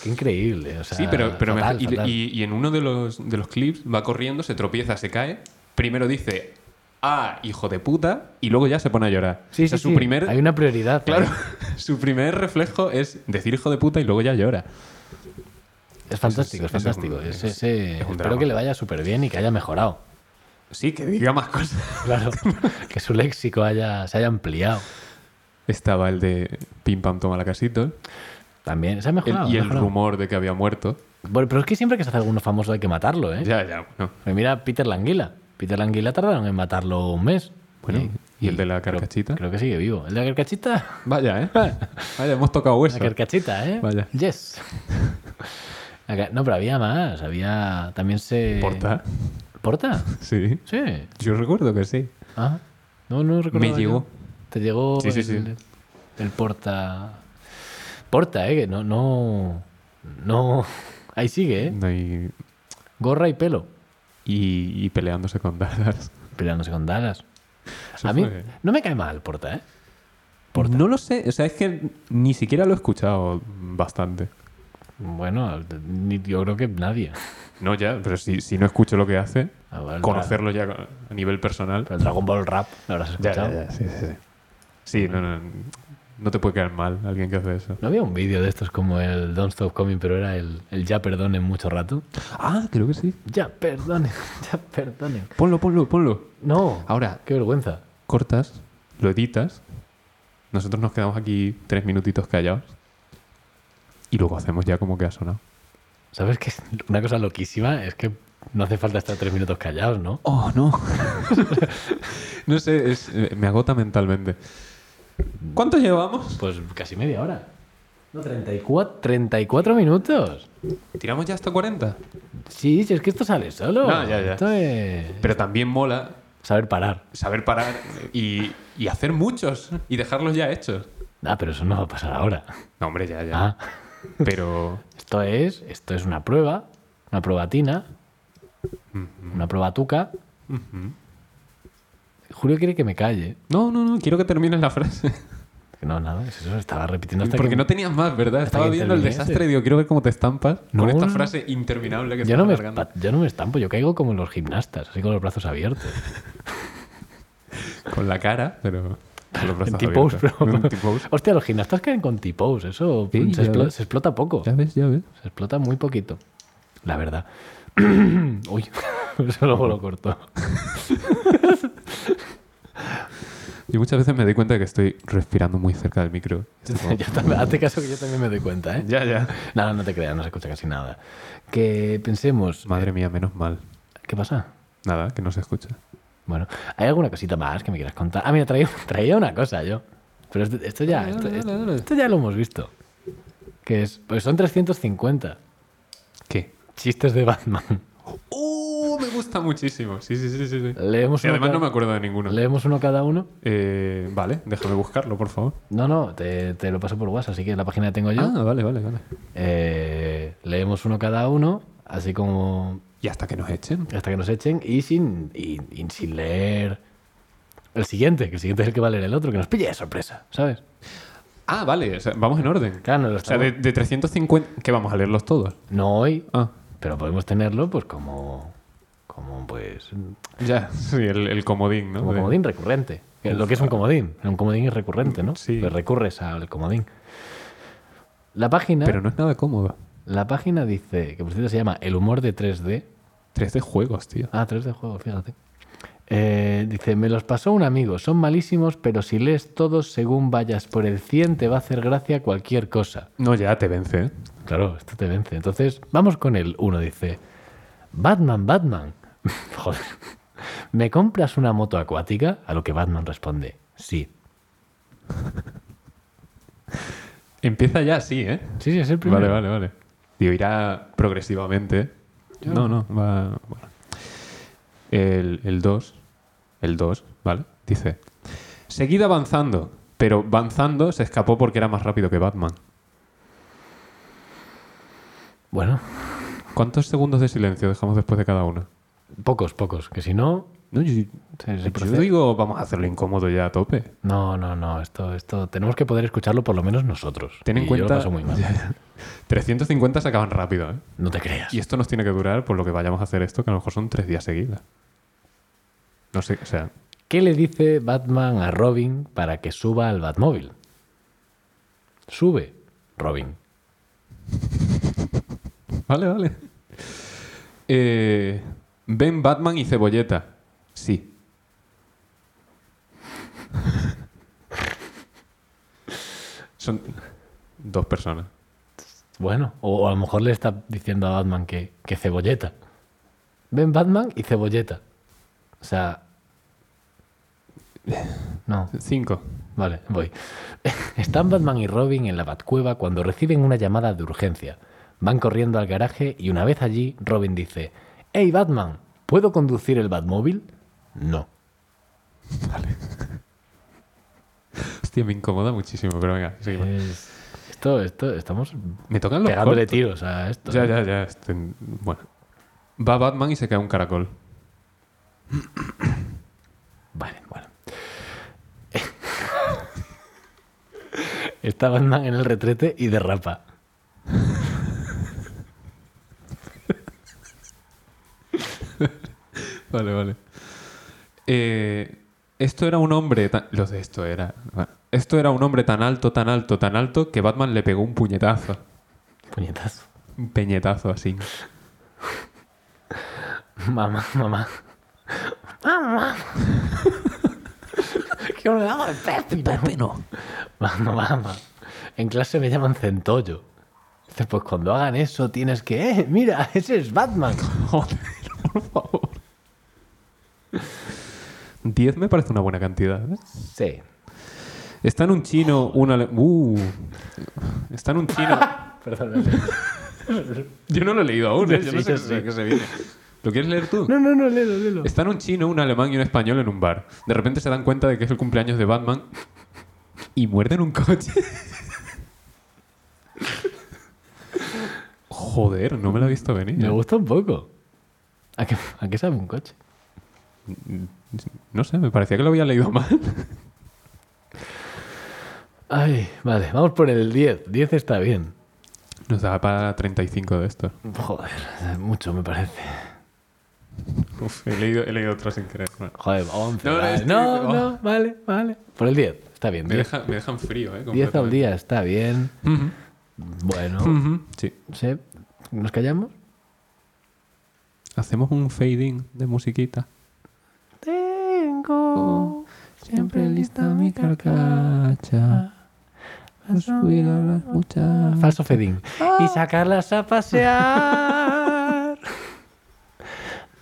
A: Qué increíble. O sea,
B: Sí, pero, pero me-
A: Ah, fatal,
B: y,
A: fatal.
B: y- y en uno de los, de los clips va corriendo, se tropieza, se cae. Primero dice, ah, hijo de puta, y luego ya se pone a llorar.
A: Sí,
B: O sea,
A: sí,
B: su
A: sí.
B: primer,
A: Hay una prioridad. ¿eh?
B: claro,
A: ahí.
B: su primer reflejo es decir hijo de puta y luego ya llora.
A: Es fantástico, es
B: Ese es- ese es
A: fantástico.
B: un-
A: Es-
B: es-
A: ese-
B: es un
A: espero
B: drama.
A: que le vaya súper bien y que haya mejorado.
B: Sí, que diga más cosas.
A: Claro. que su léxico haya, se haya ampliado.
B: Estaba el de pim pam toma la casito.
A: También se ha
B: El-
A: mejorado. ha
B: y el
A: mejorado.
B: rumor de que había muerto.
A: Bueno, pero es que siempre que se hace alguno famoso hay que matarlo, ¿eh?
B: Ya, ya, bueno.
A: Porque Mira Peter Languila. Peter Languila tardaron en matarlo un mes.
B: Bueno, ¿y el de la carcachita?
A: Creo que sigue vivo. ¿El de la carcachita?
B: Vaya, ¿eh? Vaya, hemos tocado
A: La
B: hueso.
A: carcachita, ¿eh?
B: Vaya.
A: Yes. La ca- No, pero había más. Había. También se.
B: ¿Porta?
A: ¿Porta?
B: Sí.
A: Sí.
B: Yo recuerdo que sí.
A: Ah, no, no recuerdo.
B: Me llegó.
A: Te llegó
B: Sí, sí,
A: el,
B: sí.
A: el porta. Porta, eh, que no, no. No. Ahí sigue, eh.
B: No, y,
A: Gorra y pelo.
B: y- y peleándose con Dardas.
A: Peleándose con Dallas.
B: Eso
A: A mí
B: fue-
A: no me cae mal el porta, eh.
B: No lo sé. O sea, es que ni siquiera lo he escuchado bastante.
A: Bueno, ni- yo creo que nadie.
B: No, ya, pero si, si no escucho lo que hace,
A: Ah, bueno, el
B: conocerlo ya a nivel personal.
A: Dra- Pero el Dragon Ball Rap, ¿lo habrás escuchado?
B: sí, sí, sí. Sí, no, no, no te puede caer mal alguien que hace eso.
A: ¿No había un vídeo de estos como el Don't Stop Coming, pero era el, el Ya Perdonen mucho rato?
B: Ah, creo que sí.
A: Ya perdonen, ya perdonen.
B: Ponlo, ponlo, ponlo.
A: No,
B: Ahora,
A: qué vergüenza.
B: cortas, lo editas. Nosotros nos quedamos aquí tres minutitos callados. Y luego hacemos ya como que ha sonado.
A: ¿Sabes qué? es Una cosa loquísima es que no hace falta estar tres minutos callados, ¿no?
B: Oh, no. no sé, es- eh, me agota mentalmente. ¿Cuánto llevamos?
A: Pues casi media hora. No, 34, 34 minutos.
B: ¿Tiramos ya hasta 40?
A: Sí, si es que esto sale solo.
B: No, ya, ya.
A: Esto es
B: Pero también mola
A: saber parar.
B: saber parar y, y hacer muchos y dejarlos ya hechos.
A: Ah, pero eso no va a pasar ahora.
B: No, hombre, ya, ya.
A: Ah,
B: Pero
A: esto es, esto es una prueba, una probatina, una probatuca. Julio quiere que me calle.
B: No, no, no, quiero que termines la frase.
A: Que No, nada, eso estaba repitiendo hasta
B: Porque
A: que...
B: no tenías más, ¿verdad?
A: hasta
B: Estaba
A: que
B: viendo el
A: termine
B: desastre
A: ese.
B: y digo, quiero ver cómo te estampas
A: No,
B: con esta
A: no, no.
B: frase interminable que
A: yo, no me
B: estás alargando.
A: espa- yo no me estampo, yo caigo como los gimnastas, así con los brazos abiertos.
B: Con la cara, pero... Con los brazos
A: en T-pose,
B: abiertos.
A: bro.
B: En T-pose.
A: Hostia, los gimnastas caen con T-pose, eso
C: Sí,
A: se,
C: ya
A: explo-
C: ves.
A: se explota poco.
C: Ya ves, ya ves.
A: Se explota muy poquito, la verdad. Uy, eso luego lo corto.
B: Yo muchas veces me doy cuenta de que estoy respirando muy cerca del micro.
A: Yo también- hazte caso que yo también me doy cuenta, ¿eh?
B: ya, Oh. ya.
A: Nada, no te creas, no se escucha casi nada. Que pensemos...
B: Madre mía, menos mal.
A: ¿Qué pasa?
B: Nada, que no se escucha.
A: Bueno, ¿hay alguna cosita más que me quieras contar? Ah, mira, traía, traía una cosa yo. Pero esto, esto ya
C: Dale,
A: esto,
C: dale, dale, dale.
A: esto ya lo hemos visto. Que es, pues son 350
B: ¿Qué?
A: chistes de Batman.
B: ¡Uh! Me gusta muchísimo. Sí, sí, sí, sí. sí.
A: Leemos
B: Y
A: uno,
B: además
A: cada,
B: no me acuerdo de ninguno.
A: leemos uno cada uno.
B: Eh, vale, déjame buscarlo, por favor.
A: No, no, te, te lo paso por WhatsApp, así que la página la tengo yo.
B: Ah, vale, vale, vale.
A: Eh, leemos uno cada uno, así como
B: Y hasta que nos echen.
A: hasta que nos echen y sin, y- y sin leer el siguiente, que el siguiente es el que va a leer el otro, que nos pille de sorpresa, ¿sabes?
B: Ah, vale, o sea, vamos en orden.
A: Claro, nos lo
B: O sea,
A: estamos-
B: de, de 350... ¿Qué vamos a leerlos todos?
A: No hoy,
B: Ah,
A: Pero podemos tenerlo, pues, como. Como, pues.
B: ya. Sí, el, el comodín, ¿no?
A: Como
B: De-
A: comodín recurrente. Que es Lo que es un comodín. Un comodín es recurrente, ¿no?
B: Sí.
A: Pues recurres al comodín. La página.
B: Pero no es nada cómodo.
A: La página dice. Que por cierto se llama El humor de 3D.
B: 3D juegos, tío.
A: Ah, 3D juego, fíjate. Eh, dice, me los pasó un amigo, son malísimos, pero si lees todos según vayas por el 100 te va a hacer gracia cualquier cosa.
B: No, ya te vence, ¿eh?
A: Claro, esto te vence. Entonces, vamos con el uno. Dice, Batman, Batman. Joder. ¿Me compras una moto acuática? A lo que Batman responde, sí.
B: Empieza ya así, ¿eh?
A: Sí, sí, es el
B: Vale,
A: primero.
B: vale, vale. Digo, irá progresivamente. No, no, va. Bueno. El el 2, el 2, ¿vale? Dice: Seguid avanzando, pero avanzando se escapó porque era más rápido que Batman.
A: Bueno,
B: ¿Cuántos segundos de silencio dejamos después de cada uno?
A: pocos, pocos. Que si no...
B: No, yo,
A: se- se
B: yo
A: procede.
B: digo, vamos a hacerlo incómodo ya a tope.
A: No, no, no. Esto, esto tenemos que poder escucharlo por lo menos nosotros.
B: Ten en
A: Y
B: cuenta.
A: Yo lo paso muy mal.
B: 350 se acaban rápido, ¿eh?
A: No te creas.
B: Y esto nos tiene que durar por lo que vayamos a hacer esto, que a lo mejor son tres días seguidos. No sé, o sea,
A: ¿Qué le dice Batman a Robin para que suba al Batmóvil? Sube, Robin.
B: Vale, vale. Eh, ven Batman y Cebolleta. Sí. Son dos personas.
A: Bueno, o, o a lo mejor le está diciendo a Batman que, que cebolleta. Ven Batman y cebolleta. O sea... No,
B: Cinco.
A: vale, voy. Están Batman y Robin en la Batcueva cuando reciben una llamada de urgencia. Van corriendo al garaje y una vez allí, Robin dice, ¡Hey Batman! ¿Puedo conducir el Batmóvil? No.
B: Hostia, me incomoda muchísimo, pero venga, seguimos.
A: Es- Esto, esto, estamos
B: Me tocan los
A: Eh, pegándole
B: cortos.
A: tiros a esto.
B: Ya,
A: ¿eh?
B: ya, ya. este, bueno. Va Batman y se cae un caracol.
A: Vale, bueno. Está Batman en el retrete y derrapa.
B: Vale, vale. Eh, esto era un hombre tan... Los de esto era... bueno. Esto era un hombre tan alto, tan alto, tan alto que Batman le pegó un puñetazo.
A: Puñetazo.
B: Un peñetazo así.
A: Mamá, mamá. Mamá. Que me llamo el Pepe. Pepe no. Mamá, mamá. En clase me llaman Centollo. Dice, pues cuando hagan eso tienes que... ¡Eh, mira! Ese es Batman.
B: Joder, por favor. 10 me parece una buena cantidad. ¿eh?
A: Sí.
B: Está en un chino, un ale- Uh. Está en un chino.
A: Perdóname.
B: Yo no lo he leído aún, ¿eh?
A: Sí,
B: Yo no
A: sí,
B: sé qué
A: sí.
B: se- qué se viene. ¿Lo quieres leer tú?
A: No, no, no, léelo, léelo.
B: Están un chino, un alemán y un español en un bar. De repente se dan cuenta de que es el cumpleaños de Batman y muerden un coche. Joder, no me lo he visto venir. ¿eh?
A: Me gusta un poco. ¿A qué, a qué sabe un coche?
B: No sé, me parecía que lo había leído mal.
A: Ay, vale, vamos por el 10. 10 está bien.
B: Nos da para 35 de estos.
A: Joder, mucho me parece.
B: Uf, he leído, he leído otro sin querer. bueno.
A: Joder, 11.
B: No, no,
A: vale.
B: estoy-
A: No,
B: oh.
A: no, vale, vale. Por el 10, está bien.
B: Me,
A: 10,
B: deja- me dejan frío, ¿eh?
A: 10 al día está bien.
B: completamente. Ujú,
A: Bueno,
B: ujú, Sí.
A: ¿sí? ¿nos callamos?
B: Hacemos un fading de musiquita.
A: Tengo
C: Siempre lista mi carcacha. A subir Ah. a las muchachas.
A: Falso fedín. Y sacarlas a pasear.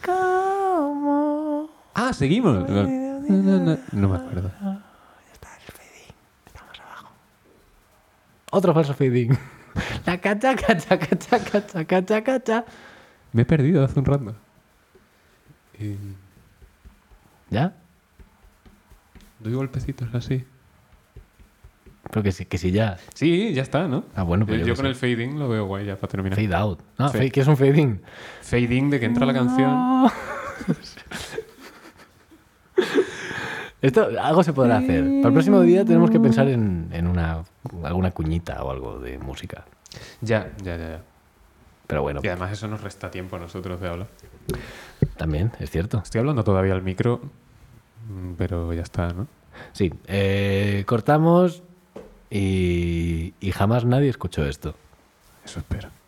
A: ¿Cómo?
B: Ah, seguimos. No, no, no, no me acuerdo.
A: Otro falso fading. La cacha, cacha, cacha, cacha, cacha, cacha.
B: Me he perdido hace un rato. Eh,
A: ¿Ya?
B: doy golpecitos así.
A: Pero que sí, que sí ya.
B: Sí, ya está, ¿no?
A: Ah, bueno,
B: yo,
A: pues yo
B: yo
A: qué
B: con el fading lo veo guay ya para terminar.
A: Fade out. No,
B: Fade.
A: fade- ¿qué es un fading?
B: Fading de que entra la canción.
A: Esto, algo se podrá hacer. Para el próximo día tenemos que pensar en, en una, alguna cuñita o algo de música.
B: Ya, ya, ya, ya.
A: Pero bueno,
B: Y además eso nos resta tiempo a nosotros de hablar.
A: también, es cierto.
B: Estoy hablando todavía al micro, mm, pero ya está, ¿no?
A: Sí, eh, cortamos y, y jamás nadie escuchó esto.
B: Eso espero.